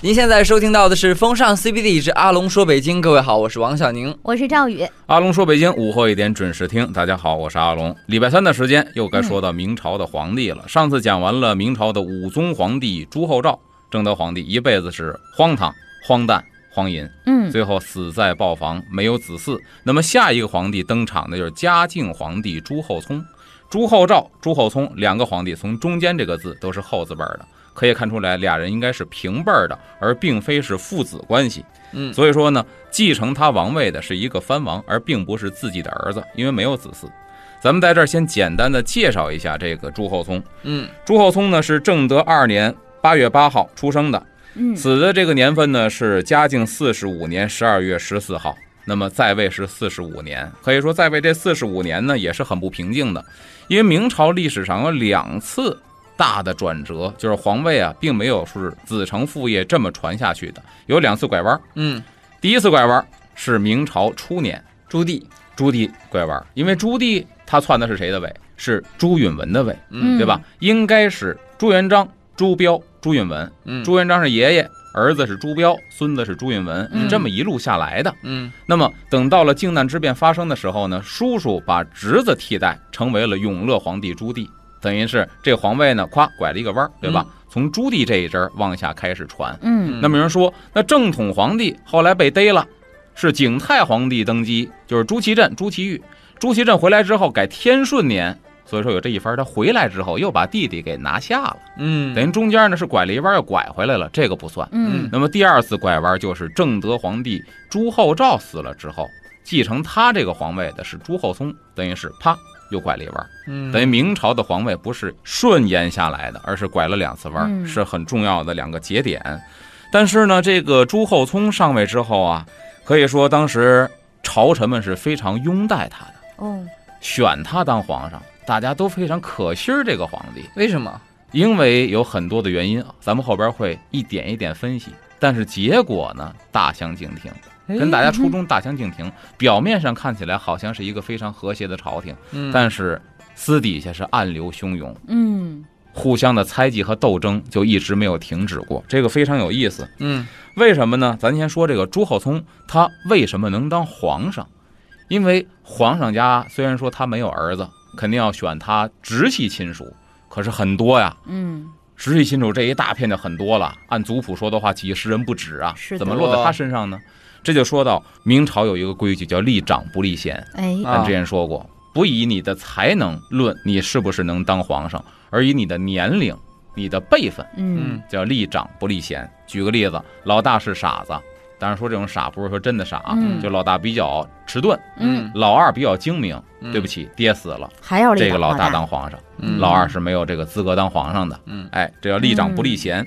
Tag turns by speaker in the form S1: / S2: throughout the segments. S1: 您现在收听到的是《风尚 CBD 之阿龙说北京》，各位好，我是王小宁。
S2: 我是赵宇，
S3: 阿龙说：“北京午后一点准时听，大家好，我是阿龙。礼拜三的时间又该说到明朝的皇帝了。上次讲完了明朝的武宗皇帝朱厚照，正德皇帝一辈子是荒唐、荒诞、荒淫，
S2: 嗯，
S3: 最后死在豹房，没有子嗣。那么下一个皇帝登场的就是嘉靖皇帝朱厚熜、朱厚照、朱厚熜两个皇帝，从中间这个字都是厚字辈儿的，可以看出来俩人应该是平辈儿的，而并非是父子关系。
S1: 嗯
S3: 所以说呢，继承他王位的是一个藩王，而并不是自己的儿子，因为没有子嗣。咱们在这儿先简单的介绍一下这个朱厚熜。
S1: 嗯，
S3: 朱厚熜呢是正德二年八月八号出生的，
S2: 嗯
S3: 死的这个年份呢是嘉靖四十五年十二月十四号。那么在位是四十五年，可以说在位这四十五年呢也是很不平静的，因为明朝历史上有两次大的转折，就是皇位啊并没有是子承父业这么传下去的，有两次拐弯。
S1: 嗯，
S3: 第一次拐弯是明朝初年，朱棣，朱棣拐弯，因为朱棣他篡的是谁的位？是朱允炆的位，
S1: 嗯
S3: 对吧？？应该是朱元璋、朱标、朱允炆。
S1: 嗯
S3: 朱元璋是爷爷，儿子是朱标，孙子是朱允炆，
S2: 嗯
S3: 是这么一路下来的。
S1: 嗯
S3: 那么等到了靖难之变发生的时候呢，叔叔把侄子替代，成为了永乐皇帝朱棣，等于是这皇位呢，咵拐了一个弯儿，对
S1: 嗯
S3: 吧？从朱棣这一支儿往下开始传。
S2: 嗯
S3: 那么有人说，那正统皇帝后来被逮了，是景泰皇帝登基，就是朱祁镇、朱祁钰。朱祁镇回来之后改天顺年，所以说有这一番，他回来之后又把弟弟给拿下了，
S1: 嗯，
S3: 等于中间呢是拐了一弯又拐回来了，这个不算。
S2: 嗯
S3: 那么第二次拐弯就是正德皇帝朱厚照死了之后，继承他这个皇位的是朱厚熜，等于是啪又拐了一弯。
S1: 嗯
S3: 等于明朝的皇位不是顺延下来的，而是拐了两次弯儿，
S2: 嗯
S3: 是很重要的两个节点。但是呢，这个朱厚熜上位之后啊，可以说当时朝臣们是非常拥戴他的，
S2: 哦，
S3: 选他当皇上，大家都非常可惜儿这个皇帝，
S1: 为什么？
S3: 因为有很多的原因，啊咱们后边会一点一点分析。但是结果呢，大相径庭，哎
S1: 哎
S3: 跟大家
S1: 嗯
S3: 初衷大相径庭。表面上看起来好像是一个非常和谐的朝廷，
S1: 嗯，
S3: 但是私底下是暗流汹涌，
S2: 嗯
S3: 互相的猜忌和斗争就一直没有停止过，这个非常有意思。
S1: 嗯
S3: 为什么呢？咱先说这个朱厚熜，他为什么能当皇上？因为皇上家虽然说他没有儿子，肯定要选他直系亲属，可是很多呀，
S2: 嗯
S3: 直系亲属这一大片就很多了。按族谱说的话，几十人不止啊
S2: 是，的
S3: 怎么落在他身上呢？这就说到明朝有一个规矩叫立长不立贤，
S2: 哎
S1: 啊
S3: 咱之前说过，不以你的才能论你是不是能当皇上，而以你的年龄、你的辈分，
S2: 嗯
S1: 嗯
S3: 叫立长不立贤。举个例子，老大是傻子，当然说这种傻不是说真的傻啊，
S2: 嗯
S3: 就老大比较迟钝，
S2: 嗯，
S3: 老二比较精明。
S1: 嗯
S3: 对不，起，爹死了，
S2: 还要
S3: 这个老
S2: 大
S3: 大当皇上，
S1: 嗯
S3: 老二是没有这个资格当皇上的。
S1: 嗯，
S3: 哎，这叫立长不立贤。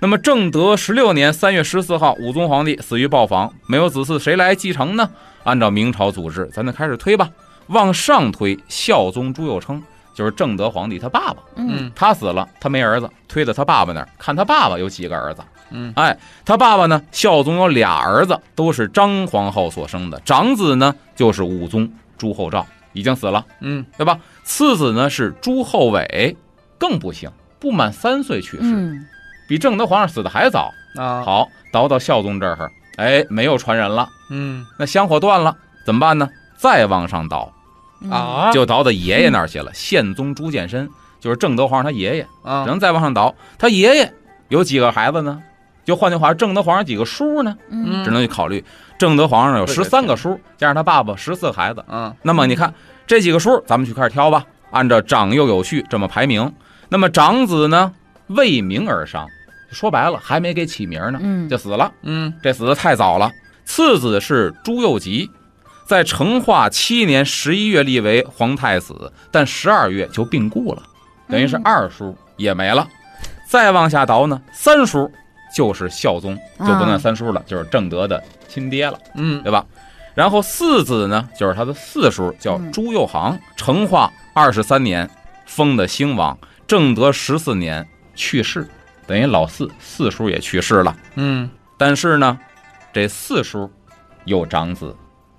S3: 那么正德十六年三月十四号，武宗皇帝死于豹房，没有子嗣，谁来继承呢？按照明朝祖制，咱就开始推吧，往上推，孝宗朱佑樘就是正德皇帝他爸爸，
S2: 嗯
S1: 嗯
S3: 他死了，他没儿子，推到他爸爸那儿，看他爸爸有几个儿子。
S1: 嗯，
S3: 哎，他爸爸呢，孝宗有俩儿子，都是张皇后所生的，长子呢就是武宗朱厚照，已经死了。
S1: 嗯
S3: 对吧？次子呢是朱厚炜，更不行，不满三岁去世，
S2: 嗯
S3: 比正德皇上死的还早。
S1: 啊，，
S3: 好，倒到孝宗这儿，哎，没有传人了，
S1: 嗯
S3: 那香火断了，怎么办呢？再往上倒，
S2: 嗯
S1: 啊，
S3: 就倒到爷爷那儿去了。宪宗朱见深就是正德皇上他爷爷，
S1: 啊，
S3: 能再往上倒，他爷爷有几个孩子呢？就换句话，正德皇上几个叔呢？
S2: 嗯
S3: 只能去考虑，正德皇上有
S1: 对对
S3: 十三个叔，加上他爸爸十四个孩子，
S1: 啊，
S3: 那么你
S2: 嗯
S3: 看这几个叔，咱们去开始挑吧，按照长幼有序这么排名。那么长子呢，为名而上，说白了还没给起名呢，
S2: 嗯
S3: 就死了，
S1: 嗯
S3: 这死的太早了。次子是朱佑吉，在成化七年十一月立为皇太子，但十二月就病故了，等于是
S2: 嗯
S3: 二叔也没了。再往下倒呢，三叔就是孝宗，就不
S2: 啊
S3: 算三叔了，就是正德的亲爹了。
S1: 嗯
S3: 对吧？然后四子呢，就是他的四叔，叫
S2: 嗯
S3: 朱佑樘，成化二十三年封的兴王，正德十四年去世，等于老四四叔也去世了。
S1: 嗯，
S3: 但是呢，这四叔有长子，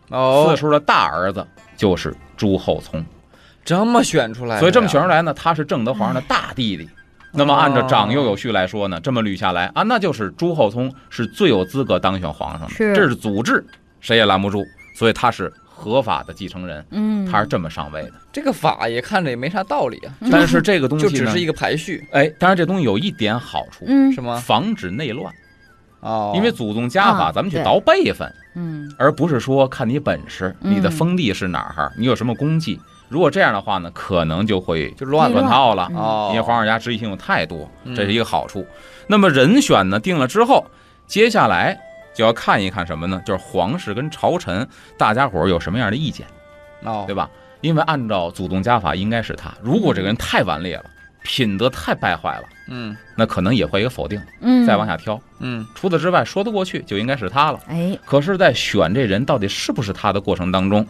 S1: 哦
S3: 四，叔的大儿子就是朱厚熜，
S1: 这么选出来，
S2: 哎哦
S3: 所以这么选出，来呢，他是正德皇上的大弟弟。那么按照长幼有序来说呢，这么捋下来啊，那就是朱厚熜是最有资格当选皇上的，
S2: 是
S3: 这是祖制，谁也拦不住，所以他是合法的继承人，
S2: 嗯，
S3: 他是这么上位的。
S1: 这个法也看着也没啥道理啊，
S3: 但是这个东西
S1: 就只
S3: 呢，
S1: 是一
S3: 个
S1: 个排序，
S3: 哎，当然这东西有一点好处，
S2: 嗯
S1: 是吗？
S3: 防止内乱，
S1: 哦，
S3: 因为祖宗家法
S2: 啊
S3: 咱们去
S2: 对
S3: 倒辈分，
S2: 嗯
S3: 而不是说看你本事，你的
S2: 嗯
S3: 封地是哪儿，你有什么功绩。如果这样的话呢，可能就会
S1: 就乱
S2: 内
S1: 了
S2: 乱
S3: 乱套了。
S1: 哦，
S3: 因为嗯皇上家执意性有太多，
S1: 嗯
S3: 这是一个好处。那么人选呢定了之后，接下来就要看一看什么呢？就是皇室跟朝臣大家伙儿有什么样的意见，
S1: 哦
S3: 对吧？因为按照祖宗家法，应该是他。如果这个人太顽劣了，品德太败坏了，
S1: 嗯
S3: 那可能也会一个否定，
S2: 嗯，
S3: 再往，下挑。
S1: 嗯
S3: 除此之外，说得过去就应该是他了。
S2: 哎，
S3: 可是，在选这人到底是不是他的过程当中，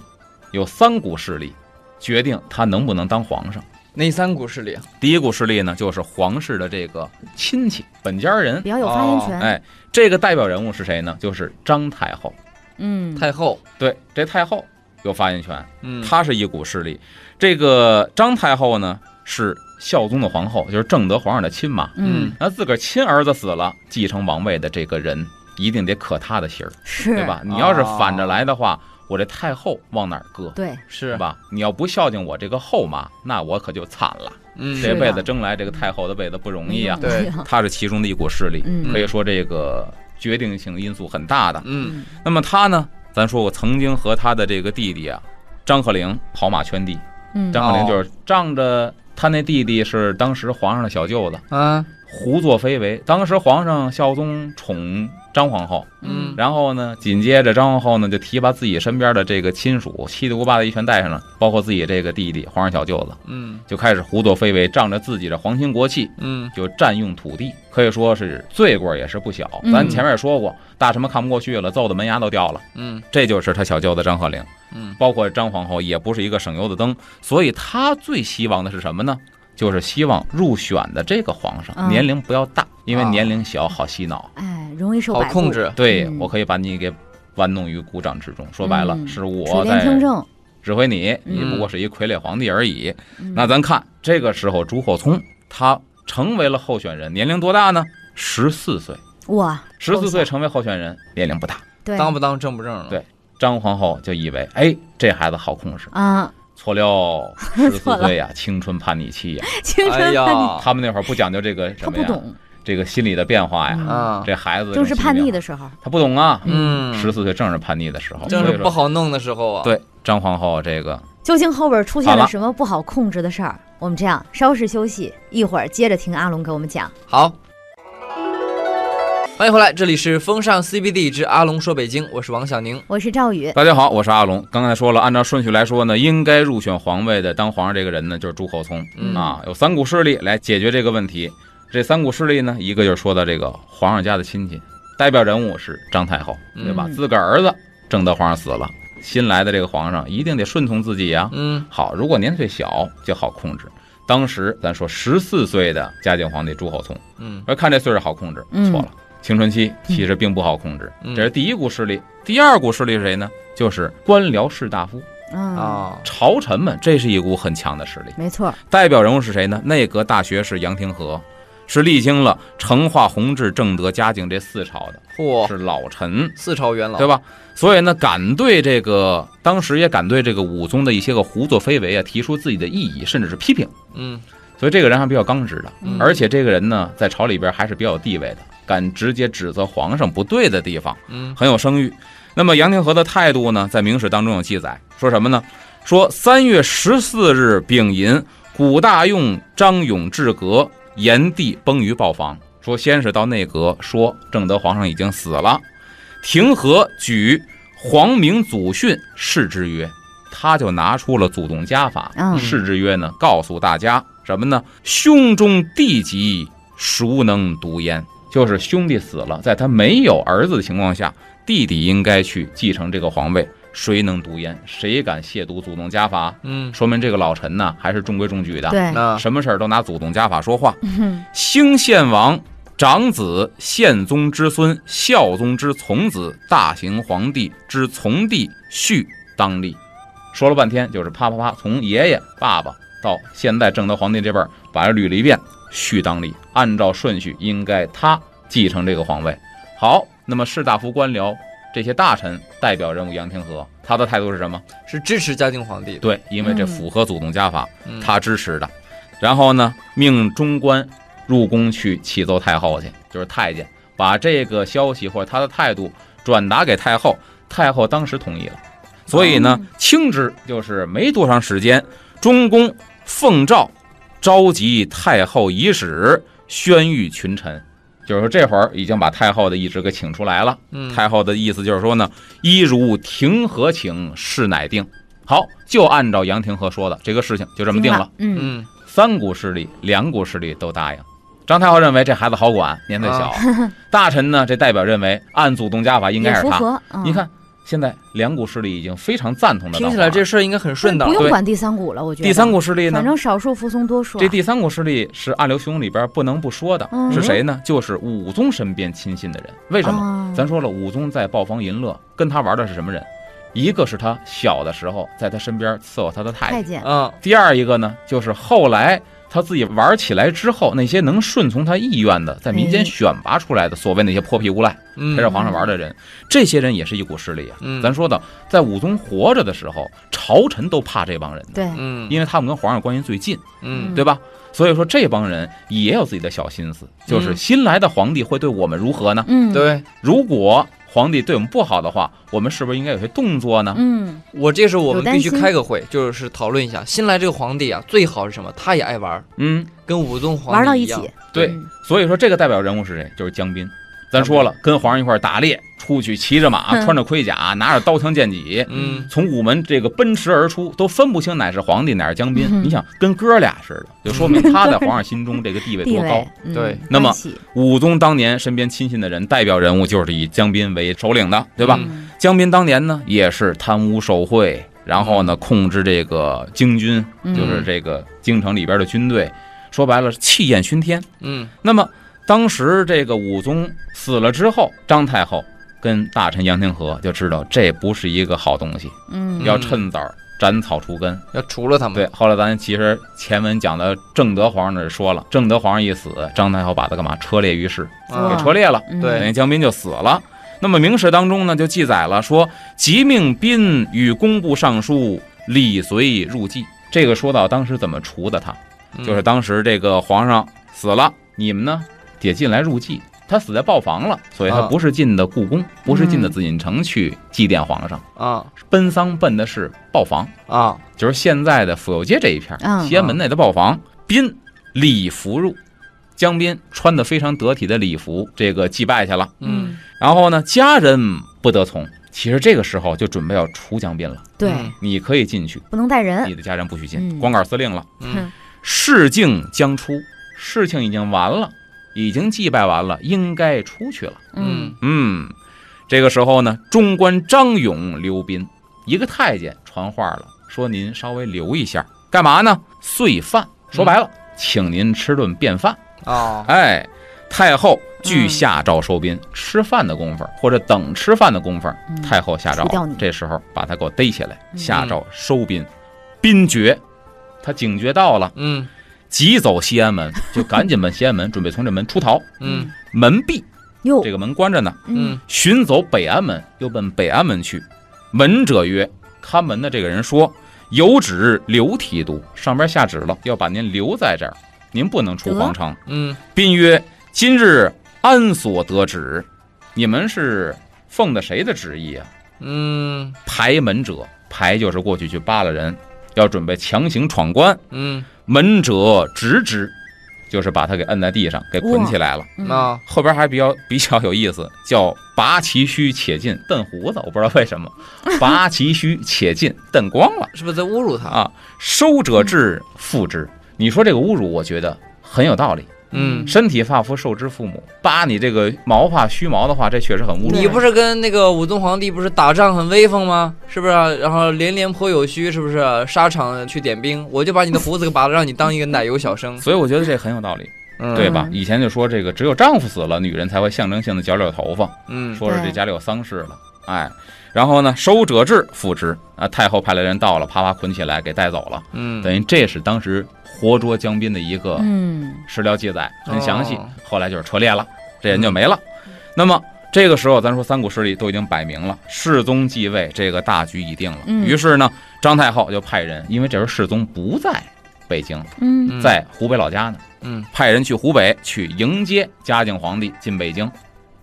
S3: 有三股势力决定他能不能当皇上。
S1: 那三股势力啊
S3: 第一股势力呢，就是皇室的这个亲戚本家人
S2: 比。较有发言权，
S3: 哎，这个代表人物是谁呢？就是张太后。
S2: 嗯，
S1: 太后，
S3: 对，这太后有发言权，
S1: 嗯，
S3: 她是一股势力。这个张太后呢，是孝宗的皇后，就是正德皇上的亲妈。
S2: 嗯
S3: 那自个儿亲儿子死了，继承王位的这个人一定得可他的姓儿，
S2: 是，
S3: 对吧？你要是反着来的话，我这太后往哪儿搁？
S2: 对？
S1: 是，
S3: 吧？你要不孝敬我这个后妈，那我可就惨了。
S1: 嗯，
S2: 是
S3: 这
S2: 的
S3: 辈子争来这个太后的位子不容易啊。
S2: 没
S1: 对
S2: 用
S3: 他是其中的一股势力，
S2: 嗯
S3: 可以说这个决定性因素很大的。
S1: 嗯
S3: 那么他呢，咱说我曾经和他的这个弟弟啊，张鹤龄跑马圈地，
S2: 嗯，
S3: 张鹤龄就是仗着他那弟弟是当时皇上的小舅子，
S1: 啊，
S3: 胡作非为。当时皇上孝宗宠张皇后，
S1: 嗯
S3: 然后呢，紧接着张皇后呢就提拔自己身边的这个亲属，七大姑八大姨全带上了，包括自己这个弟弟皇上小舅子，
S1: 嗯
S3: 就开始胡作非为，仗着自己的皇亲国戚，
S1: 嗯
S3: 就占用土地，可以说是罪过也是不小。
S2: 嗯
S3: 咱前面也说过，大臣们看不过去了，揍得门牙都掉了，
S1: 嗯
S3: 这就是他小舅子张鹤龄。
S1: 嗯，
S3: 包括张皇后也不是一个省油的灯，所以他最希望的是什么呢？就是希望入选的这个皇上
S2: 嗯
S3: 年龄不要大，因为
S1: 啊
S3: 年龄小好洗脑。
S2: 哎，容易受
S1: 好
S2: 摆布
S1: 控，制，
S3: 对
S2: 嗯
S3: 我可以把你给玩弄于股掌之中。说白了，
S2: 嗯
S3: 是
S2: 垂
S3: 我
S2: 帘
S3: 在
S2: 听政，
S3: 指挥你，你
S1: 嗯
S3: 不过是一傀儡皇帝而已。
S2: 嗯
S3: 那咱看这个时候，朱厚熜他成为了候选人，年龄多大呢？十四岁，
S2: 哇，
S3: 十四岁
S2: 够呛
S3: 成为候选人，年龄不大。
S2: 对
S1: 当不当正不正了？
S3: 对张皇后就以为，哎，这孩子好控制，
S2: 啊，
S3: 错了，十
S2: 错
S3: 四
S2: 了
S3: 岁呀、青春叛逆 期呀、
S2: 青
S1: 哎
S2: 春叛逆，
S1: 呀，
S3: 他们那会儿不讲究这个
S2: 他
S3: 什么
S2: 不
S3: 呀，
S2: 懂，
S3: 这个心理的变化呀，
S1: 啊，
S3: 这孩子
S2: 嗯正是叛逆
S3: 的这种心理
S2: 的时候，
S3: 啊，他不懂啊，
S1: 嗯，
S3: 十四岁正是叛逆的时候，
S1: 正
S3: 所以
S1: 是
S3: 说
S1: 不好弄的时候啊。，
S3: 对张皇后这个
S2: 究竟后边出现
S3: 好
S2: 了
S3: 了
S2: 什么不好控制的事儿？我们这样稍事休息，一会儿接着听阿龙给我们讲。
S1: 好。欢迎回来，这里是风尚 CBD 之阿龙说北京，我是王小宁。
S2: 我是赵宇，
S3: 大家好，我是阿龙。刚才说了，按照顺序来说呢，应该入选皇位的当皇上这个人呢，就是朱厚熜、
S1: 嗯
S3: 啊。有三股势力来解决这个问题。这三股势力呢，一个就是说到这个皇上家的亲戚，代表人物是张太后，对吧？
S2: 嗯
S3: 自个儿儿子正德皇上死了，新来的这个皇上一定得顺从自己呀、
S1: 嗯
S3: 好，如果年岁小就好控制。当时咱说十四岁的嘉靖皇帝朱厚熜，
S1: 嗯
S3: 而看这岁数好控制，
S2: 嗯
S3: 错了，青春期其实并不好控制，
S1: 嗯
S3: 这是第一股势力。第二股势力是谁呢？就是官僚士大夫、
S2: 嗯，
S1: 啊，
S3: 朝臣们，这是一股很强的势力。
S2: 没错，
S3: 代表人物是谁呢？内阁大学士杨廷和，是历经了成化、弘治、正德、嘉靖这四朝的，
S1: 嚯，
S3: 是老臣，
S1: 四朝哦元老
S3: 对吧？所以呢，敢对这个当时也敢对这个武宗的一些个胡作非为啊，提出自己的异议，甚至是批评。
S1: 嗯
S3: 所以这个人还比较刚直的，
S2: 嗯
S3: 而且这个人呢，在朝里边还是比较有地位的，敢直接指责皇上不对的地方，
S1: 嗯
S3: 很有声誉。那么杨廷和的态度呢，在《明史》当中有记载，说什么呢？说三月十四日丙寅，古大用、张永志阁炎帝崩于豹房。说先是到内阁说正德皇上已经死了，廷和举皇明祖训释之曰，他就拿出了祖宗家法
S2: 嗯
S3: 释之曰呢，告诉大家什么呢？兄中弟及，孰能独焉？就是兄弟死了，在他没有儿子的情况下，弟弟应该去继承这个皇位，谁能独焉？谁敢亵渎祖宗家法？
S1: 嗯，
S3: 说明这个老臣呢，还是中规中矩的，
S2: 对，
S1: 那
S3: 什么事儿都拿祖宗家法说话。
S2: 嗯
S3: 兴献王长子宪宗之孙，孝宗之从子，大行皇帝之从弟续当立。说了半天，就是啪啪啪，从爷爷、爸爸到现在正德皇帝这辈儿，把这捋了一遍。续当立，按照顺序应该他继承这个皇位。好，那么士大夫官僚这些大臣代表人物杨廷和，他的态度是什么？
S1: 是支持嘉靖皇帝的。
S3: 对，因为这
S2: 嗯
S3: 符合祖宗家法，
S1: 嗯
S3: 他支持的。然后呢，命中官入宫去启奏太后去，就是太监，把这个消息或者他的态度转达给太后，太后当时同意了。所以呢，轻之就是没多长时间，中宫奉诏召集太后遗旨，宣谕群臣，就是说这会儿已经把太后的懿旨给请出来了。
S1: 嗯，
S3: 太后的意思就是说呢，一如庭和请，事乃定。好，就按照杨廷和说的，这个事情就这么定了。。
S2: 嗯，
S1: 嗯，
S3: 三股势力、两股势力都答应。张太后认为这孩子好管，年岁 小。大臣呢，这代表认为按祖宗家法应该
S2: 也
S3: 是
S2: 符
S3: 他。
S2: 合。嗯
S3: 你，看，现在两股势力已经非常赞同的。
S1: 听起来这事儿应该很顺当
S2: 不。用
S3: 对
S2: 管第三股了，我觉得。
S3: 第三股势力呢
S2: 反，正少数服从多数啊。
S3: 这第三股势力是暗流汹里边不能不说的，
S2: 嗯
S3: 是谁呢？就是武宗身边亲信的人。为什么？
S2: 么
S3: 咱说了，武宗在暴房淫乐，跟他玩的是什么人？一个是他小的时候在他身边伺候他的太
S2: 太
S3: 监，
S2: 监，
S1: 嗯，
S3: 第二一个呢，就是后来他自己玩起来之后，那些能顺从他意愿的，在民
S2: 哎
S3: 间选拔出来的所谓那些泼皮无赖陪着
S1: 嗯，
S3: 皇上玩的人，这些人也是一股势力啊。
S1: 嗯
S3: 咱说的，在武宗活着的时候，朝臣都怕这帮人的，
S2: 对，
S1: 嗯，
S3: 因为他们跟皇上关系最近。
S1: 嗯，
S3: 对吧？所以说这帮人也有自己的小心思，就是
S1: 嗯
S3: 新来的皇帝会对我们如何呢？
S2: 嗯，，
S1: 对
S3: 如果皇帝对我们不好的话，我们是不是应该有些动作呢？
S2: 嗯，
S1: 我这时候我
S2: 有
S1: 们
S2: 担
S1: 必须
S2: 心
S1: 开个会，就是讨论一下新来这个皇帝啊，最好是什么？他也爱玩儿，
S3: 嗯，
S1: 跟武宗皇帝
S2: 玩到一
S1: 样
S2: 起。
S3: 对
S2: 嗯
S3: 所以说这个代表人物是谁？就是江彬。咱说了，跟皇上一块儿打猎，出去骑着马，
S2: 嗯
S3: 穿着盔甲，拿着刀枪剑戟，
S1: 嗯，
S3: 从午门这个奔驰而出，都分不清哪是皇帝哪是江彬。
S2: 嗯
S3: 你想，跟哥俩似的，就说明他在皇上心中这个地位
S2: 地
S3: 多高
S2: 位。嗯
S1: 对
S3: 那么
S2: 关系
S3: 武宗当年身边亲信的人，代表人物就是以江彬为首领的，对吧？
S1: 嗯
S3: 江彬当年呢也是贪污受贿，然后呢控制这个京军，
S2: 嗯
S3: 就是这个京城里边的军队，说白了是气焰熏天。
S1: 嗯
S3: 那么当时这个武宗死了之后，张太后跟大臣杨廷和就知道这不是一个好东西，
S2: 嗯，
S3: 要趁早斩草除根。
S1: 要除了他们。
S3: 对，后来咱其实前文讲的正德皇上那儿说了，正德皇上一死，张太后把他干嘛车裂于市，
S1: 啊
S2: 哇
S3: 给车裂了。
S2: 嗯
S1: 对
S3: 等于江彬就死了。那么《明史》当中呢，就记载了说，即命彬与工部尚书李随入祭。这个说到当时怎么除的他，
S1: 嗯
S3: 就是当时这个皇上死了，你们呢得进来入祭。他死在豹房了，所以他
S1: 啊
S3: 不是进的故宫，不是进的
S2: 嗯
S3: 紫禁城去祭奠皇上，
S1: 啊
S3: 奔丧奔的是豹房，
S1: 啊，
S3: 就是现在的府右街这一片儿，
S2: 嗯
S3: 西安门内的豹房。彬礼服入，江彬穿的非常得体的礼服，这个祭拜去了。
S1: 嗯，
S3: 然后呢，家人不得从。其实这个时候就准备要除江彬了，
S2: 对
S1: 嗯，
S3: 你可以进去，
S2: 不能带
S3: 你
S2: 人，
S3: 的家人不许进。
S2: 嗯
S3: 光杆司令了，
S1: 嗯
S3: 事境将出，事情已经完了，已经祭拜完了，应该出去了。
S2: 嗯，
S3: 嗯，这个时候呢，中官张勇刘斌，一个太监传话了，说您稍微留一下，干嘛呢？岁饭，说白了，
S2: 嗯
S3: 请您吃顿便饭。
S1: 啊，
S3: 哎，太后俱
S2: 嗯
S3: 下诏收兵，吃饭的功夫儿或者等吃饭的功夫儿，
S2: 嗯
S3: 太后下诏
S2: 除掉你，
S3: 这时候把他给我逮起来，
S2: 嗯
S3: 下诏收兵，兵爵，他警觉到了，
S1: 嗯
S3: 急走西安门， 就赶紧奔西安门，准备从这门出逃。
S1: 嗯
S3: 门闭，
S2: 哟，
S3: 这个门关着呢。
S1: 嗯
S3: 寻走北安门，又奔北安门去。门者曰：“看门的这个人说，有旨留提督，上边下旨了，要把您留在这儿，您不能出
S2: 得
S3: 皇城。”
S1: 嗯
S3: 宾曰：“今日安所得旨？你们是奉的谁的旨意啊
S1: 嗯？”
S3: 排门者，排就是过去去扒拉人，要准备强行闯关。
S1: 嗯
S3: 门者直之，就是把他给摁在地上，给捆起来了。
S2: 嗯
S1: 啊
S3: 后边还比较比较有意思，叫拔其须且进，蹬胡子。我不知道为什么，拔其须且进，蹬光了
S1: 是不是在侮辱他？
S3: 啊。收者至，复之。你说这个侮辱，我觉得很有道理。
S1: 嗯，
S3: 身体发肤受之父母，扒你这个毛发须毛的话，这确实很侮辱。
S1: 你不是跟那个武宗皇帝不是打仗很威风吗？是不是？啊然后连连颇有须，是不是？沙场去点兵，我就把你的胡子给拔了，让你当一个奶油小生，
S3: 所以我觉得这很有道理，
S1: 嗯
S3: 对吧？以前就说这个只有丈夫死了，女人才会象征性的绞绞头发，
S1: 嗯
S3: 说是
S2: 对
S3: 这家里有丧事了，哎。然后呢，收者至，复之。啊，太后派来人到了，啪啪捆起来给带走了。
S1: 嗯
S3: 等于这是当时活捉江彬的一个
S2: 嗯，
S3: 史料记载，很详细
S1: 哦。嗯
S3: 后来就是车裂了，这人就没了。那么这个时候，咱说三股势力都已经摆明了，世宗继位这个大局已定了。
S2: 嗯
S3: 于是呢，张太后就派人，因为这时候世宗不在北京，
S2: 嗯，
S1: 嗯
S3: 在湖北老家呢，
S1: 嗯
S3: 派人去湖北去迎接嘉靖皇帝进北京。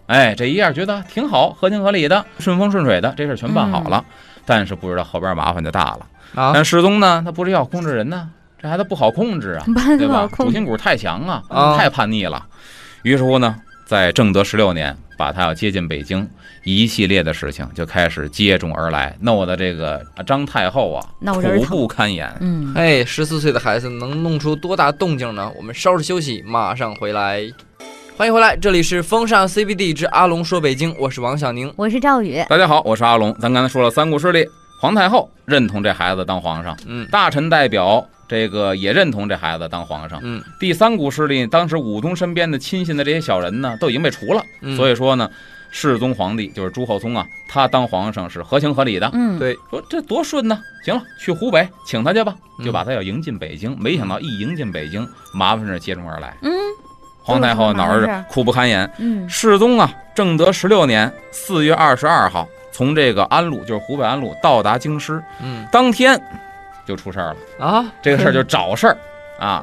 S3: 哎，这一下觉得挺好，合情合理的，顺风顺水的，这事儿全办好
S2: 嗯
S3: 了。但是不知道后边麻烦就大了。
S1: 啊
S3: 但世宗呢，他不是要控制人呢，这孩子不好控制啊。
S2: 办
S3: 对
S2: 不好
S3: 吧？主
S2: 控制，
S3: 心骨太强啊，
S1: 啊
S3: 太叛逆了。于是乎呢，在正德十六年，把他要接进北京，一系列的事情就开始接踵而来，弄得这个张太后啊，
S2: 闹人儿
S3: 苦
S2: 疼
S3: 不堪言。
S2: 嗯，
S1: 哎，十四岁的孩子能弄出多大动静呢？我们稍事休息，马上回来。欢迎回来，这里是风尚 CBD 之阿龙说北京，我是王小宁。
S2: 我是赵宇，
S3: 大家好，我是阿龙。咱刚才说了三股势力，皇太后认同这孩子当皇上，
S1: 嗯
S3: 大臣代表这个也认同这孩子当皇上。
S1: 嗯
S3: 第三股势力，当时武宗身边的亲信的这些小人呢，都已经被除了。
S1: 嗯，
S3: 所
S1: 以
S3: 以说呢，世宗皇帝就是朱厚熜啊，他当皇上是合情合理的。
S2: 嗯，
S1: 对
S3: 说这多顺呢，行了，去湖北请他去吧，
S1: 嗯
S3: 就把他要迎进北京。没想到一迎进北京，麻烦事儿接踵而来。
S2: 嗯，
S3: 皇太
S2: 都
S3: 后
S2: 是
S3: 脑
S2: 麻烦
S3: 儿
S2: 事儿
S3: 是苦不堪言。
S2: 嗯，
S3: 世宗啊，正德十六年四月二十二号，从这个安陆，就是湖北安陆，到达京师，
S1: 嗯
S3: 当天就出事儿了。
S1: 啊
S3: 这个事儿就找事儿 啊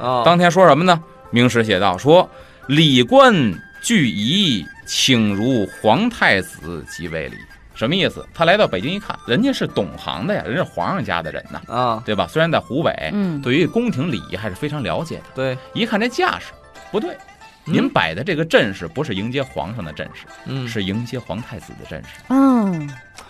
S1: 哦。
S3: 当天说什么呢？明史写道说，礼官俱仪，请如皇太子即为礼。什么意思？他来到北京一看，人家是懂行的呀，人家是皇上家的人呐，
S1: 啊，
S3: 对吧？虽然在湖北，
S2: 嗯，
S3: 对于宫廷礼仪还是非常了解的。
S1: 对，
S3: 一看这架势不对，
S1: 嗯
S3: 您摆的这个阵势不是迎接皇上的阵势，
S1: 嗯
S3: 是迎接皇太子的阵势。
S2: 嗯，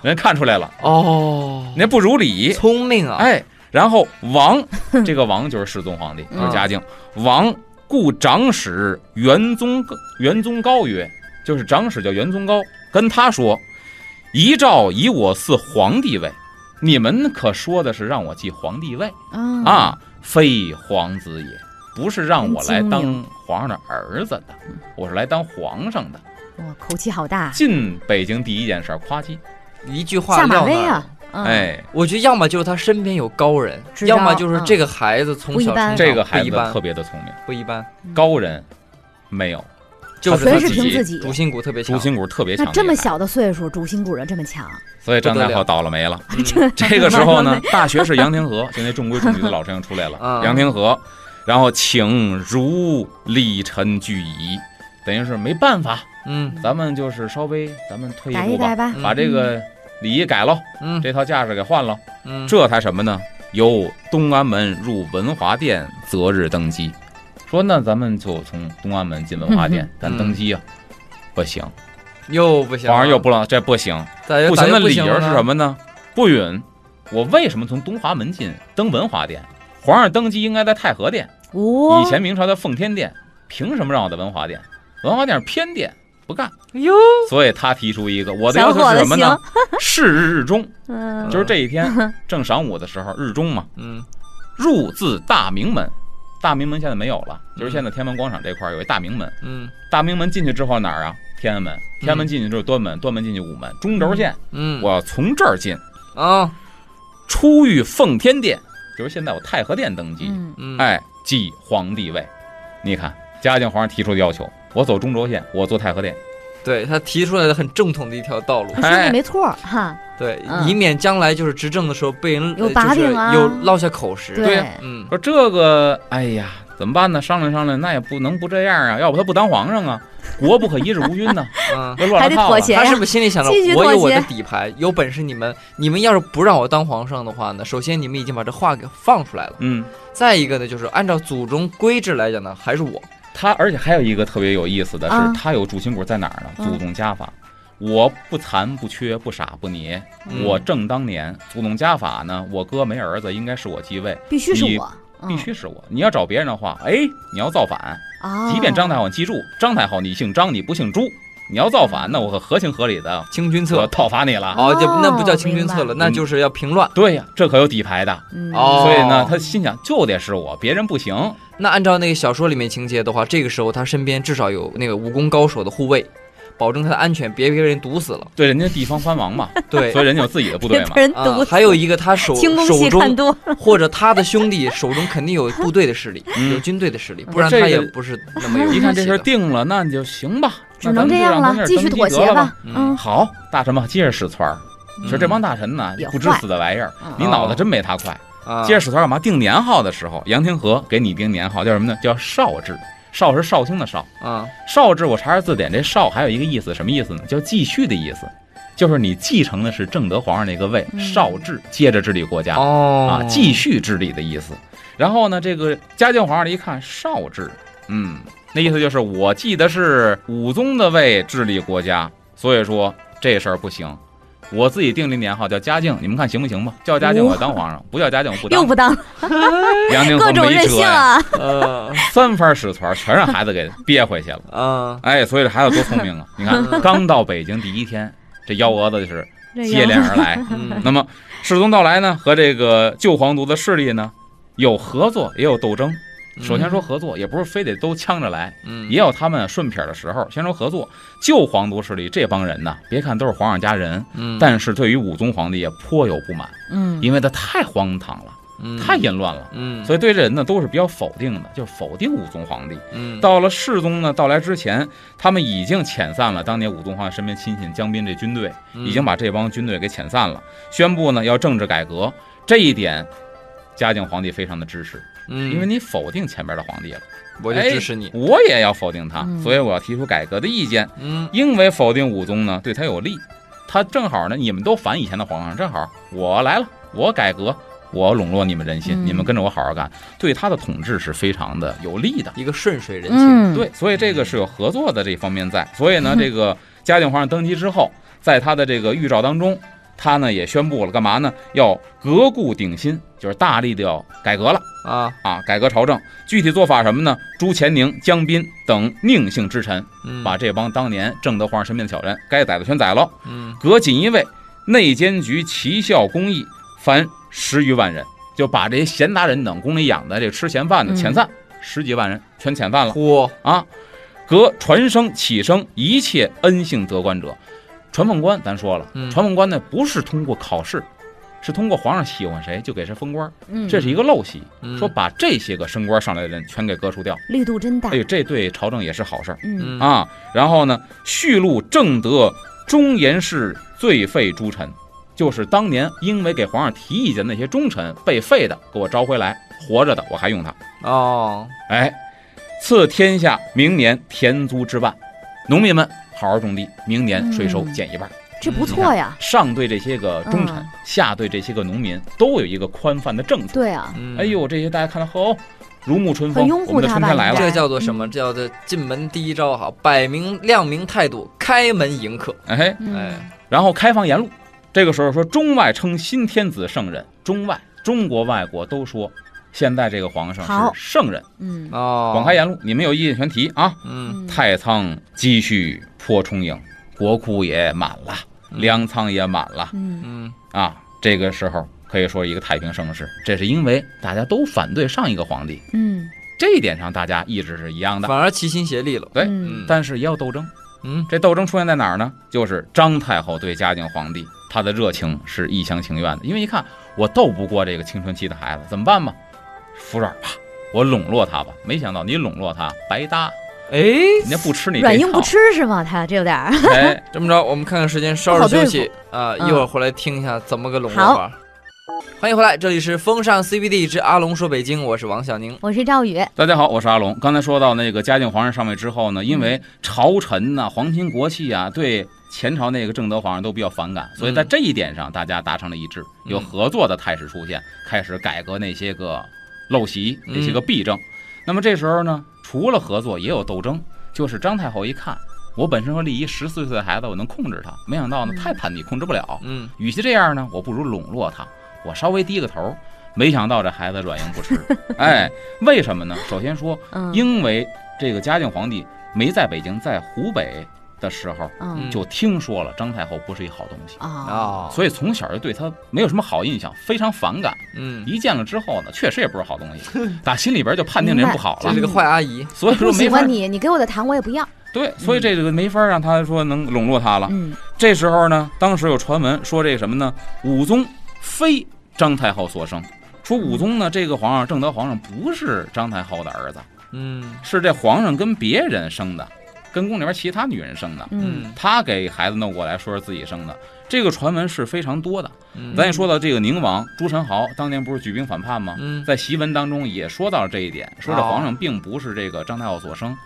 S3: 人家看出来了，
S1: 哦，
S3: 人家不如礼，
S1: 聪明啊，
S3: 哎，然后 王，这个王就是世宗皇帝，
S2: 嗯
S3: 就是嘉靖。王故长史元宗元宗高曰，就是长史叫元宗高，跟他说：“遗诏以我嗣皇帝位，你们可说的是让我继皇帝位
S2: 嗯，
S3: 啊，非皇子也，不是让我来
S2: 真精
S3: 当
S2: 明
S3: 皇上的儿子的，
S2: 嗯
S3: 我是来当皇上的。
S2: 哇，口气好大”，
S3: 进北京第一件事儿，夸击，
S1: 一句话
S2: 下马
S1: 撂
S2: 威
S1: 那儿
S2: 啊，嗯，
S3: 哎，
S1: 我觉得要么就是他身边有高人，
S2: 知道嗯
S1: 要么就是这个孩子从小
S2: 不一
S1: 成长
S2: 般
S3: 这个孩
S1: 不
S3: 子
S1: 一般
S3: 特，别的聪明，
S1: 不一般，
S3: 高人没有。
S1: 就是
S3: 他
S1: 他
S2: 全
S1: 自
S2: 是
S3: 全是凭
S2: 凭
S1: 己
S2: 自
S3: 自
S2: 己，
S1: 主心骨特别强
S3: 主，心骨特别强
S2: 那
S3: 的一个孩子。
S2: 这么小的岁数，主心骨人这么强，
S3: 所以张太后倒了霉了。 这个时候呢，大学士杨廷和，现在中规中矩的老丞相出来 了
S1: 嗯，
S3: 杨廷和，然后请如礼臣俱仪，等于是没办法，
S1: 嗯
S3: 咱们就是稍微咱们退一
S2: 改
S3: 步
S2: 一改
S3: 吧，
S2: 吧，
S1: 嗯
S3: 把这个礼仪改喽，
S1: 嗯
S3: 这套架势给换喽，
S1: 嗯，
S3: 这才什么呢？由东安门入文华殿择日登基，说那咱们就从东安门进文华殿，咱登基啊，不行，
S1: 又嗯不行了，
S3: 皇上又不让，这不行。
S1: 咋又
S3: 不
S1: 咋
S3: 行
S1: 又
S3: 的
S1: 不
S3: 理
S1: 行啊
S3: 由
S1: 了
S3: 是
S1: 呢
S3: 什？么呢？不允，我为什么从东华门进登文华殿？皇上登基应该在太和殿，
S2: 哦，
S3: 以前明朝的奉天殿，凭什么让我在文华殿？文华殿是偏殿，不干。
S1: 哟，
S3: 所以他提出一个我的
S2: 小
S3: 要求
S2: 伙
S3: 是
S2: 子
S3: 什么呢
S2: 行？
S3: 是日日中，
S2: 嗯，
S3: 就是这 一天正晌午的时候，日中嘛，
S1: 嗯
S3: 入自大明门。大明门现在没有了，就是
S1: 嗯
S3: 现在天安门广场这块儿有一大明门。
S1: 嗯
S3: 大明门进去之后哪儿啊？天安门。
S2: 嗯
S3: 天安门进去之后端门，端门进去午门，中轴线，
S1: 嗯，
S3: 我要从这儿进。
S1: 啊
S3: 出御奉天殿，就是现在我太和殿登基，
S2: 嗯，
S1: 嗯，
S3: 哎，继皇帝位。你看，嘉靖皇上提出的要求，我走中轴线，我坐太和殿，
S1: 对他提出来的很正统的一条道路，
S2: 他说的
S3: 哎
S2: 没错儿哈，
S1: 对，
S2: 嗯
S1: 以免将来就是执政的时候被人
S2: 有
S1: 呃
S2: 把
S1: 就是
S2: 柄啊
S1: 有落下口实。
S3: 对
S2: 对
S3: 呀，
S1: 嗯
S3: 说这个，哎呀，怎么办呢？商量商量，那也不能不这样啊，要不他不当皇上啊，国不可一日无君 呐、
S1: 嗯，
S3: 这乱
S2: 还
S3: 了
S2: 得
S3: 套
S2: 妥
S3: 了。
S2: 协
S1: 他是
S2: 呀
S1: 不，是心里想着
S2: 啊继续
S1: 我
S2: 妥
S1: 有我的
S2: 协
S1: 底牌，有本事你们，你们要是不让我当皇上的话呢，首先你们已经把这话给放出来了，
S3: 嗯，
S1: 再一个呢，就是按照祖宗规制来讲呢，还是我。
S3: 他而且还有一个特别有意思的是，
S2: 啊
S3: 他有主心骨在哪儿呢？
S2: 嗯
S3: 祖宗家法。我不残不缺不傻不捏，
S1: 嗯
S3: 我正当年。祖宗家法呢，我哥没儿子，应该是我继位，
S2: 必须是
S3: 你
S2: 我，嗯
S3: 必须是我。你要找别人的话，哎，你要造反。
S2: 哦，
S3: 即便张太后，你记住，张太后你姓张，你不姓朱，你要造反，那我可合情合理的，
S1: 清君
S3: 我
S1: 侧，
S3: 讨伐你了。
S1: 哦，就那不叫
S2: 哦
S1: 清君
S2: 明
S1: 侧
S2: 白
S1: 了，那
S3: 嗯
S1: 就是要平乱。
S3: 对呀，这可有底牌的。
S2: 嗯
S1: 哦
S3: 所以呢，他心想就得是我，别人不行。
S1: 那按照那个小说里面情节的话，这个时候他身边至少有那个武功高手的护卫，保证它的安全，别被人毒死了。
S3: 对，人家地方藩王嘛，
S1: 对
S3: 所以人家有自己的部队
S2: 被
S3: 嘛。
S2: 人
S1: 啊
S2: 毒，
S1: 还有一个他手
S2: 清宫
S1: 手
S2: 戏
S1: 中
S2: 看多了，
S1: 或者他的兄弟手中肯定有部队的势力，
S3: 嗯
S1: 有军队的势力，不然
S3: 这
S1: 他
S3: 个
S1: 也不是那么有
S3: 一看这
S1: 运气
S3: 事儿
S1: 的
S3: 定了，那你就行吧，
S2: 只能这样
S3: 了，
S2: 了，继续妥协
S3: 吧。
S1: 嗯
S2: 嗯，
S3: 好，大臣们接着使团儿。其实这帮大臣呢
S2: 也，
S3: 不知死的玩意儿
S2: 坏嗯，
S3: 你脑子真没他快。
S1: 啊，
S3: 接着使团干嘛？定年号的时候，杨廷和给你定年号，叫什么呢？叫少制。少是绍兴的少，
S1: 啊，
S3: 少制我查查字典，这少还有一个意思，什么意思呢？叫继续的意思，就是你继承的是正德皇上那个位，
S2: 嗯
S3: 少制接着治理国家。
S1: 哦
S3: 啊，继续治理的意思。然后呢，这个嘉靖皇上一看少治，嗯，那意思就是我记得是武宗的位治理国家，所以说这事儿不行。我自己定了年号叫嘉靖，你们看行不行吧？叫嘉靖我当皇上，不叫嘉靖我不
S2: 哦又
S3: 当。
S2: 不当，
S3: 杨廷
S2: 各
S3: 和
S2: 种
S3: 没
S2: 任
S3: 辙
S2: 性
S3: 呀，
S2: 啊！
S1: 呃
S3: 三番使团全让孩子给憋回去了。
S1: 啊，
S3: 哎，所以这孩子多聪明啊！你看，刚到北京第一天，这幺蛾子就是
S2: 这
S3: 接连而来。
S1: 嗯
S3: 那么世宗到来呢，和这个旧皇族的势力呢，有合作也有斗争。首先说合作，也不是非得都呛着来，
S1: 嗯
S3: 也有他们顺撇儿的时候。先说合作，旧皇族势力这帮人呐，别看都是皇上家人，
S1: 嗯，
S3: 但是对于武宗皇帝也颇有不满，
S2: 嗯，
S3: 因为他太荒唐了，
S1: 嗯
S3: 太淫乱了，
S1: 嗯，
S3: 所以对这人呢都是比较否定的，就是否定武宗皇帝。
S1: 嗯
S3: 到了世宗呢到来之前，他们已经遣散了当年武宗皇帝身边亲信江彬这军队，已经把这帮军队给遣散了，宣布呢要政治改革。这一点，嘉靖皇帝非常的支持，
S1: 嗯，
S3: 因为你否定前边的皇帝了，
S1: 我就
S3: 哎
S1: 支持你，
S3: 我也要否定他，
S2: 嗯
S3: 所以我要提出改革的意见，
S1: 嗯
S3: 因为否定武宗呢对他有利，他正好呢你们都反以前的皇上，正好我来了，我改革。我笼络你们人心，
S2: 嗯
S3: 你们跟着我好好干，对他的统治是非常的有利的。
S1: 一个顺水人情，
S2: 嗯，
S3: 对，所以这个是有合作的这方面在。所以呢，这个嘉靖皇上登基之后，在他的这个预兆当中，他呢也宣布了干嘛呢？要革故鼎新，就是大力的要改革了
S1: 啊，
S3: 啊，改革朝政。具体做法什么呢？朱乾宁、江彬等宁姓之臣，
S1: 嗯
S3: 把这帮当年正德皇上身边的小人该宰的全宰了，
S1: 嗯
S3: 革锦衣卫、内监局、奇校公役，凡十余万人，就把这些闲杂人等宫里养的这吃闲饭的遣散。十几万人全遣散了，
S1: 嚯
S3: 啊，革传声起声一切恩信得官者。传奉官咱说了，
S1: 嗯
S3: 传奉官呢不是通过考试，是通过皇上喜欢谁就给谁封官，
S2: 嗯，
S3: 这是一个陋习。
S1: 嗯
S3: 说把这些个升官上来的人全给革除掉，
S2: 力度真大
S3: 哎，呦，这对朝政也是好事儿
S2: 嗯
S1: 嗯
S3: 啊。然后呢，续录正德忠言事罪废诸臣，就是当年因为给皇上提意见那些忠臣被废的，给我招回来，活着的我还用他。
S1: 哦，
S3: 哎，赐天下明年田租之半，农民们好好种地，明年税收
S2: 嗯
S3: 减一半。
S2: 这不错呀，
S3: 上对这些个忠臣
S2: 嗯，
S3: 下对这些个农民，都有一个宽泛的政策。
S2: 对啊，
S1: 嗯
S3: 哎，呦，这些大家看到哦，如沐春风
S2: 很拥，护
S3: 我们的春
S2: 他吧
S3: 天来
S2: 应
S3: 了
S1: 这
S2: 该。
S1: 个叫做什么？这叫做进门第一招好，摆明亮明态度，开门迎客，
S3: 哎，
S1: 哎
S2: 嗯，
S3: 然后开放言路，这个时候说中外称新天子圣人，中外中国外国都说。现在这个皇上
S2: 好
S3: 是圣人，
S2: 嗯
S1: 哦，
S3: 广开言路，你们有意见全提啊！
S1: 嗯，
S2: 嗯
S3: 太仓积蓄颇充盈，国库也满了，
S1: 嗯
S3: 粮仓也满了
S2: 嗯
S1: 嗯
S3: 啊！这个时候可以说一个太平盛世，这是因为大家都反对上一个皇帝，
S2: 嗯，
S3: 这一点上大家意志是一样的。
S1: 反而齐心协力了，
S3: 对
S2: 嗯
S3: 但是也有斗争，
S1: 嗯
S3: 这斗争出现在哪儿呢？就是张太后对嘉靖皇帝她的热情是一厢情愿的，因为一看我斗不过这个青春期的孩子，怎么办吧？服软吧，我笼络他吧。没想到你笼络他白搭，
S1: 哎，
S3: 人家不吃你这
S2: 软硬不
S3: 套。
S2: 吃是吗？他这有点儿，
S3: 哎，
S1: 这么着，我们看看时间，稍事休息啊，
S2: 嗯
S1: 一会儿回来听一下怎么个笼络法。欢迎回来，这里是风尚 CBD 之阿龙说北京，我是王小宁。
S2: 我是赵宇，
S3: 大家好，我是阿龙。刚才说到那个嘉靖皇上上位之后呢，因
S1: 嗯
S3: 为朝臣呐、皇亲国戚啊，对前朝那个正德皇上都比较反感，所以在这一点上大家达成了一致，
S1: 嗯
S3: 有合作的态势出现，开始改革那些个陋习、
S1: 嗯
S3: 那些个弊政。那么这时候呢，除了合作，也有斗争。就是张太后一看，我本身说立一十四岁的孩子，我能控制他，没想到呢，
S2: 嗯
S3: 太叛逆，控制不了。
S1: 嗯
S3: 与其这样呢，我不如笼络他，我稍微低个头。没想到这孩子软硬不吃，哎，为什么呢？首先说，
S2: 嗯
S3: 因为这个嘉靖皇帝没在北京，在湖北的时候
S2: 嗯
S1: 嗯
S3: 就听说了张太后不是一好东西，
S2: 啊，
S1: 啊，
S3: 所以从小就对她没有什么好印象，非常反感。
S1: 嗯，
S3: 一见了之后呢，确实也不是好东西，打心里边就判定这人不好
S1: 这
S3: 了
S1: 是，个坏阿姨。
S3: 所以
S2: 不
S3: 说
S2: 喜啊
S3: 没法
S2: 欢。你，你给我的糖我也不要，
S3: 对，所以这个没法让他说能笼络他了。
S2: 嗯，
S3: 这时候呢，当时有传闻说这什么呢？武宗非张太后所生，说武宗呢这个皇上正德皇上不是张太后的儿子，
S1: 嗯
S3: 是这皇上跟别人生的，跟宫里边其他女人生的，
S2: 嗯，
S1: 嗯
S3: 他给孩子弄过来说是自己生的。这个传闻是非常多的。
S1: 嗯
S3: 咱也说到这个宁王朱宸濠当年不是举兵反叛吗？
S1: 嗯
S3: 在檄文当中也说到了这一点，说这
S1: 哦
S3: 皇上并不是这个张太后所生，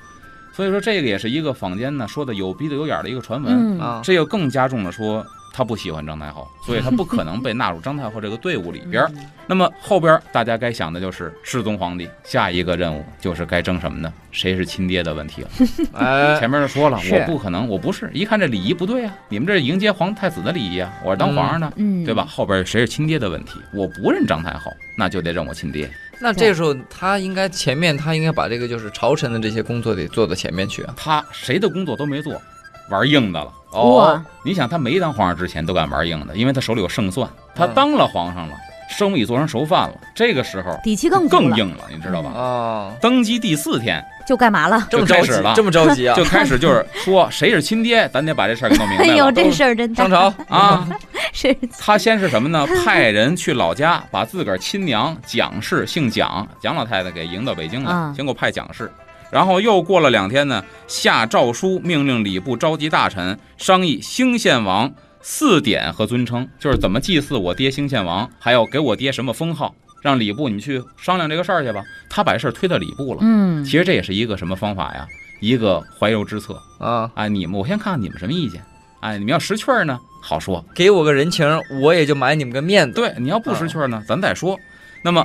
S3: 所以说这个也是一个坊间呢说的有鼻子有眼儿的一个传闻。
S2: 嗯
S1: 啊
S3: 这又更加重了说他不喜欢张太后，所以他不可能被纳入张太后这个队伍里
S2: 嗯
S3: 边儿。那么后边儿大家该想的就是世宗皇帝下一个任务就是该争什么呢？谁是亲爹的问题了。
S1: 哎
S3: 前面就说了，
S2: 呃是
S3: 我不可能，我不是。一看这礼仪不对啊，你们这是迎接皇太子的礼仪啊，我是当皇上的，
S2: 嗯，
S3: 对吧？？后边谁是亲爹的问题，我不认张太后，那就得认我亲爹。
S1: 那这时候他应该前面他应该把这个就是朝臣的这些工作得做到前面去啊。
S3: 他谁的工作都没做，玩硬的了。哦
S2: 哇，
S3: 你想他没当皇上之前都敢玩硬的，因为他手里有胜算。他
S1: 嗯
S3: 当了皇上了，生米做成熟饭了，这个时候
S2: 底气更足
S3: 更
S2: 了，
S3: 硬了，你知道吧？
S1: 哦，
S3: 登基第四天
S2: 就干嘛了？
S1: 这么着
S3: 就开
S1: 急
S3: 始了，
S1: 这么着 急啊？
S3: 就开始 就是说谁是亲爹，咱得把这事儿给弄明
S2: 哎
S3: 白
S2: 呦，
S3: 了。
S2: 这事儿真大
S1: 上 朝，
S3: 啊，
S2: 是
S3: 他先是什么呢？派人去老家，把自个儿亲娘蒋氏，姓蒋，蒋老太太给迎到北京来
S2: 嗯，
S3: 先给我派蒋氏。然后又过了两天呢，下诏书命令礼部召集大臣商议兴献王四典和尊称，就是怎么祭祀我爹兴献王，还有给我爹什么封号，让礼部你们去商量这个事儿去吧。他把事儿推到礼部了。
S2: 嗯
S3: 其实这也是一个什么方法呀？一个怀柔之策
S1: 啊，
S3: 啊！你们，我先看看你们什么意见。哎，你们要识趣儿呢，好说；
S1: 给我个人情，我也就买你们个面子。
S3: 对，你要不识趣儿呢，咱再说。那么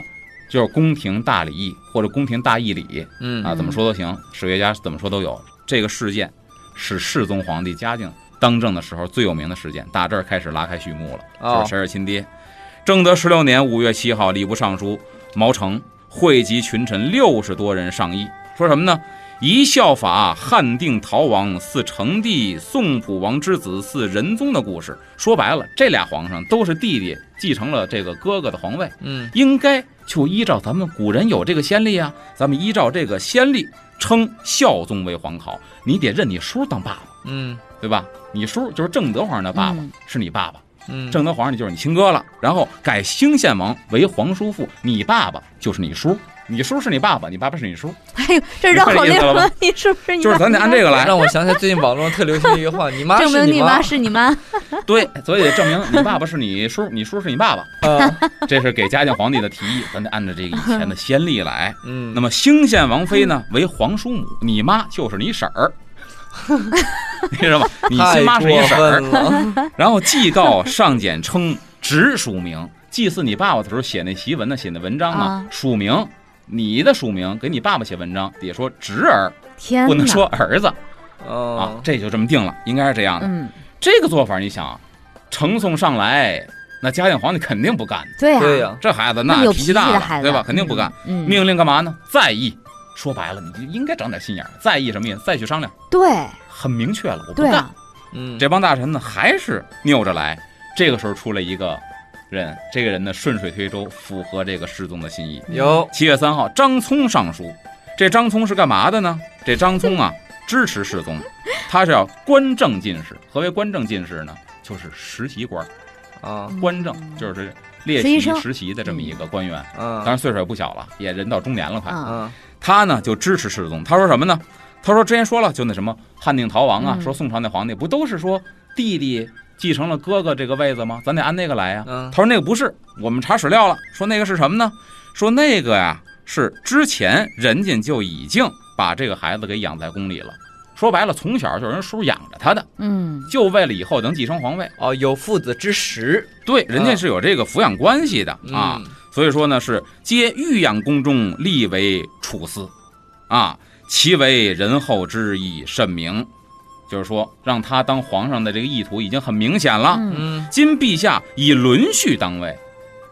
S3: 就是宫廷大礼义或者宫廷大义礼
S1: 嗯
S3: 啊，怎么说都行，史学家怎么说都有。这个事件是世宗皇帝嘉靖当政的时候最有名的事件，打这儿开始拉开序幕了，就
S1: 哦
S3: 是谁是亲爹。正德十六年五月七号，礼部尚书毛成汇集群臣六十多人上议，说什么呢？宜效法汉定陶王似成帝宋普王之子似仁宗的故事。说白了，这俩皇上都是弟弟继承了这个哥哥的皇位，
S1: 嗯
S3: 应该就依照咱们古人有这个先例啊，咱们依照这个先例称孝宗为皇考，你得认你叔当爸爸，
S1: 嗯
S3: 对吧？你叔就是正德皇上的爸爸，
S2: 嗯
S3: 是你爸爸。
S1: 嗯，
S3: 正德皇上你就是你亲哥了，然后改兴献王为皇叔父，你爸爸就是你叔，你叔是你爸爸，你爸爸是你叔，
S2: 哎呦，这绕口令
S3: 你看这意思了吧
S2: 儿， 你是不是你妈？
S3: 就是咱得按这个来。
S1: 让我想起来最近网络上特流行的一句 话：“你妈
S2: 证
S1: 是
S2: 明
S1: 你
S2: 你
S1: 妈
S2: 妈。是你妈，
S3: 对，所以得证明你爸爸是你叔，你叔是你爸爸，”
S1: 啊，
S3: 这是给嘉靖皇帝的提议，咱得按照这个以前的先例来。
S1: 嗯，
S3: 那么兴献王妃呢为皇叔母，你妈就是你婶儿，你知道吗？你
S1: 太
S3: 亲妈是你
S1: 过
S3: 婶儿
S1: 分， 了。
S3: 然后祭告上简称直署名，祭祀你爸爸的时候写那檄文呢，写那文章嘛
S2: 啊，
S3: 署名，你的署名给你爸爸写文章，也说侄儿，
S2: 天哪！
S3: 不能说儿子啊
S1: 哦，，
S3: 这就这么定了，应该是这样的。
S2: 嗯，
S3: 这个做法你想啊，呈送上来，那嘉靖皇帝肯定不干，
S2: 对呀，
S1: 对呀，
S3: 这孩子
S2: 那
S3: 那
S2: 有
S3: 脾
S2: 气
S3: 气大
S2: 的
S3: 了
S2: 孩子，
S3: 对吧？肯定不干。
S2: 嗯。嗯，
S3: 命令干嘛呢？再议，说白了，你就应该长点心眼儿。再议什么意思？再去商量，
S2: 对
S3: 很明确了，我不
S2: 对
S3: 干。
S2: 啊，
S1: 嗯，
S3: 这帮大臣呢还是拗着来。这个时候出来一个人，这个人呢顺水推舟，符合这个世宗的心意。
S1: 有
S3: 七月三号，张聪上书。这张聪是干嘛的呢？这张聪啊支持世宗，他是要官正进士。何为官正进士呢？就是实习官，
S1: 啊，
S3: 官正
S2: 嗯
S3: 就是列
S2: 实习
S3: 席
S2: 生
S3: 实习的这么一个官员。当
S1: 嗯
S3: 然岁数也不小了，也人到中年了快。
S2: 嗯
S1: 嗯
S3: 他啊呢就支持世宗。他说什么呢？他说之前说了，就那什么汉定陶王啊，
S2: 嗯
S3: 说宋朝那皇帝不都是说弟弟继承了哥哥这个位子吗？咱得按那个来呀、
S1: 嗯
S3: 他说那个不是，我们查史料了，说那个是什么呢？说那个呀、是之前人家就已经把这个孩子给养在宫里了。说白了，从小就是人叔养着他的，
S2: 嗯，
S3: 就为了以后能继承皇位。
S1: 哦，有父子之实
S3: 对，人家
S1: 啊嗯
S3: 是有这个抚养关系的啊。，所以说呢，是皆欲养宫中，立为处司，啊，其为仁厚之意甚明，就是说让他当皇上的这个意图已经很明显了。
S2: 嗯
S1: 嗯
S3: 今陛下以伦序当位，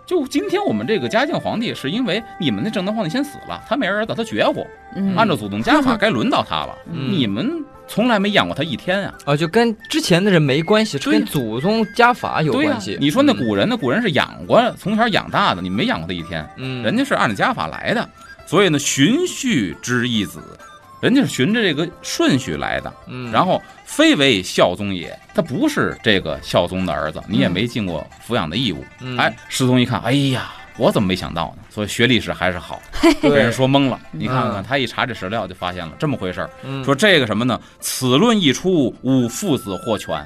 S3: 就今天我们这个嘉靖皇帝，是因为你们那正德皇帝先死了，他没儿子，他绝户，
S2: 嗯，
S3: 按照祖宗家法该轮到他 了，
S1: 嗯
S3: 你们从来没养过他一天啊。
S1: 啊，就跟之前的人没关系，是
S3: 对呀
S1: 跟祖宗家法有
S3: 对呀、
S1: 关系。
S3: 你说那
S1: 嗯，
S3: 古人呢？古人是养过，从小养大的，你们没养过他一天。
S1: 嗯，
S3: 人家是按照家法来的，所以呢，循序之义子，人家是循着这个顺序来的。
S1: 嗯，
S3: 然后非为孝宗也，他不是这个孝宗的儿子，你也没尽过抚养的义务。
S1: 嗯
S3: 哎，师宗一看，哎呀，我怎么没想到呢？所以学历史还是好，被
S1: 对
S3: 人，说懵了。你看看，
S1: 嗯
S3: 他一查这史料就发现了这么回事儿。
S1: 嗯
S3: 说这个什么呢？此论一出，吾父子获全。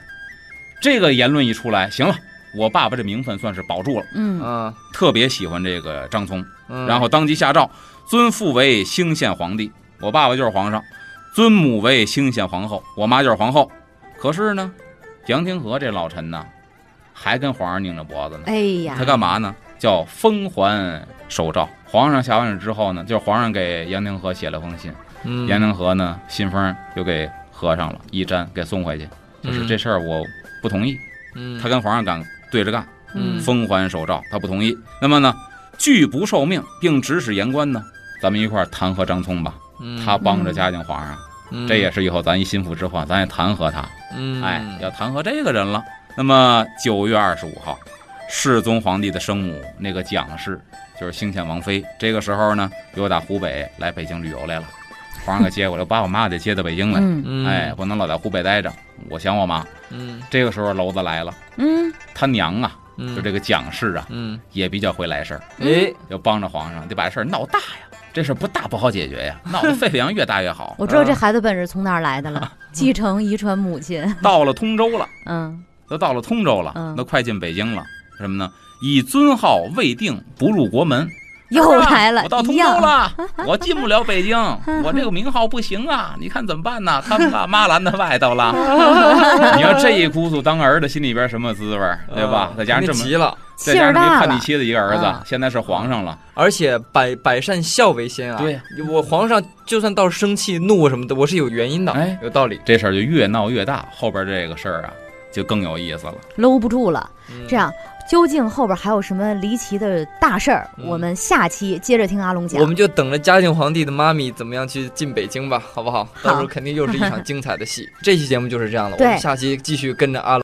S3: 这个言论一出来，行了，我爸爸这名分算是保住了。
S2: 嗯
S1: 嗯，
S3: 特别喜欢这个张聪，
S1: 嗯
S3: 然后当即下诏，尊父为兴县皇帝，我爸爸就是皇上；尊母为兴县皇后，我妈就是皇后。可是呢，杨廷和这老臣呢，还跟皇上拧着脖子呢。
S2: 哎呀，
S3: 他干嘛呢？叫封还手诏。皇上下完旨之后呢，就是皇上给杨廷和写了封信，
S1: 嗯
S3: 杨廷和呢信封又给合上了，一粘给送回去，就是
S1: 嗯
S3: 这事儿我不同意。
S1: 嗯
S3: 他跟皇上敢对着干，
S2: 嗯
S3: 封还手诏，他不同意。那么呢，拒不受命，并指使言官呢，咱们一块儿弹劾张聪吧。
S1: 嗯
S3: 他帮着嘉靖皇上，
S1: 嗯
S3: 这也是以后咱一心腹之患，咱也弹劾他。
S1: 嗯
S3: 哎，要弹劾这个人了。那么九月二十五号，世宗皇帝的生母那个蒋氏，就是兴县王妃，这个时候呢，又打湖北来北京旅游来了。皇上给接过来，我爸我妈得接到北京来，
S2: 嗯
S1: 嗯
S3: 哎，不能老在湖北待着，我想我妈。
S1: 嗯
S3: 这个时候娄子来了，
S2: 嗯
S3: 他娘啊，
S1: 嗯
S3: 就这个嗯蒋氏啊，
S1: 嗯
S3: 也比较会来事儿，
S1: 哎
S3: 要帮着皇上，得把事儿闹大呀。这事儿不大不好解决呀，闹得沸沸扬越大 越好。
S2: 我知道这
S1: 啊
S2: 孩子本事从哪儿来的 了，继承遗传母亲。
S3: 到了通州了，
S2: 嗯
S3: 都到了通州了
S2: 嗯，
S3: 都快进北京了，什么呢？以尊号未定，不入国门。，啊
S2: 又来了，
S3: 我到
S2: 一
S3: 通州
S2: 样。
S3: 了， 我进不了北京，我这个名号不行啊！你看怎么办呢？他们爸妈拦在外头了。 你说这一姑苏当儿子心里边什么滋味儿，对吧？再加上这么
S1: 啊急了，
S3: 再
S2: 嗯气
S3: 加
S2: 儿
S3: 上这么
S2: 大
S3: 一叛
S2: 了
S3: 逆，期的一个儿
S2: 嗯
S3: 子，现在是皇上了，
S1: 而且百百善孝为先啊。
S3: 对呀，
S1: 我皇上就算到生气、怒什么的，我是有原因的，
S3: 哎
S1: 有道理。
S3: 这事儿就越闹越大，后边这个事儿啊就更有意思了。
S2: 搂不住了。
S1: 嗯
S2: 这样，究竟后边还有什么离奇的大事儿？
S1: 嗯
S2: 我们下期接着听阿龙讲
S1: 我。们就等着嘉靖皇帝的妈咪怎么样去进北京吧，好不好？到时候肯定又是一场精彩的戏。这期节目就是这样了，我们
S2: 对
S1: 下期继续跟着阿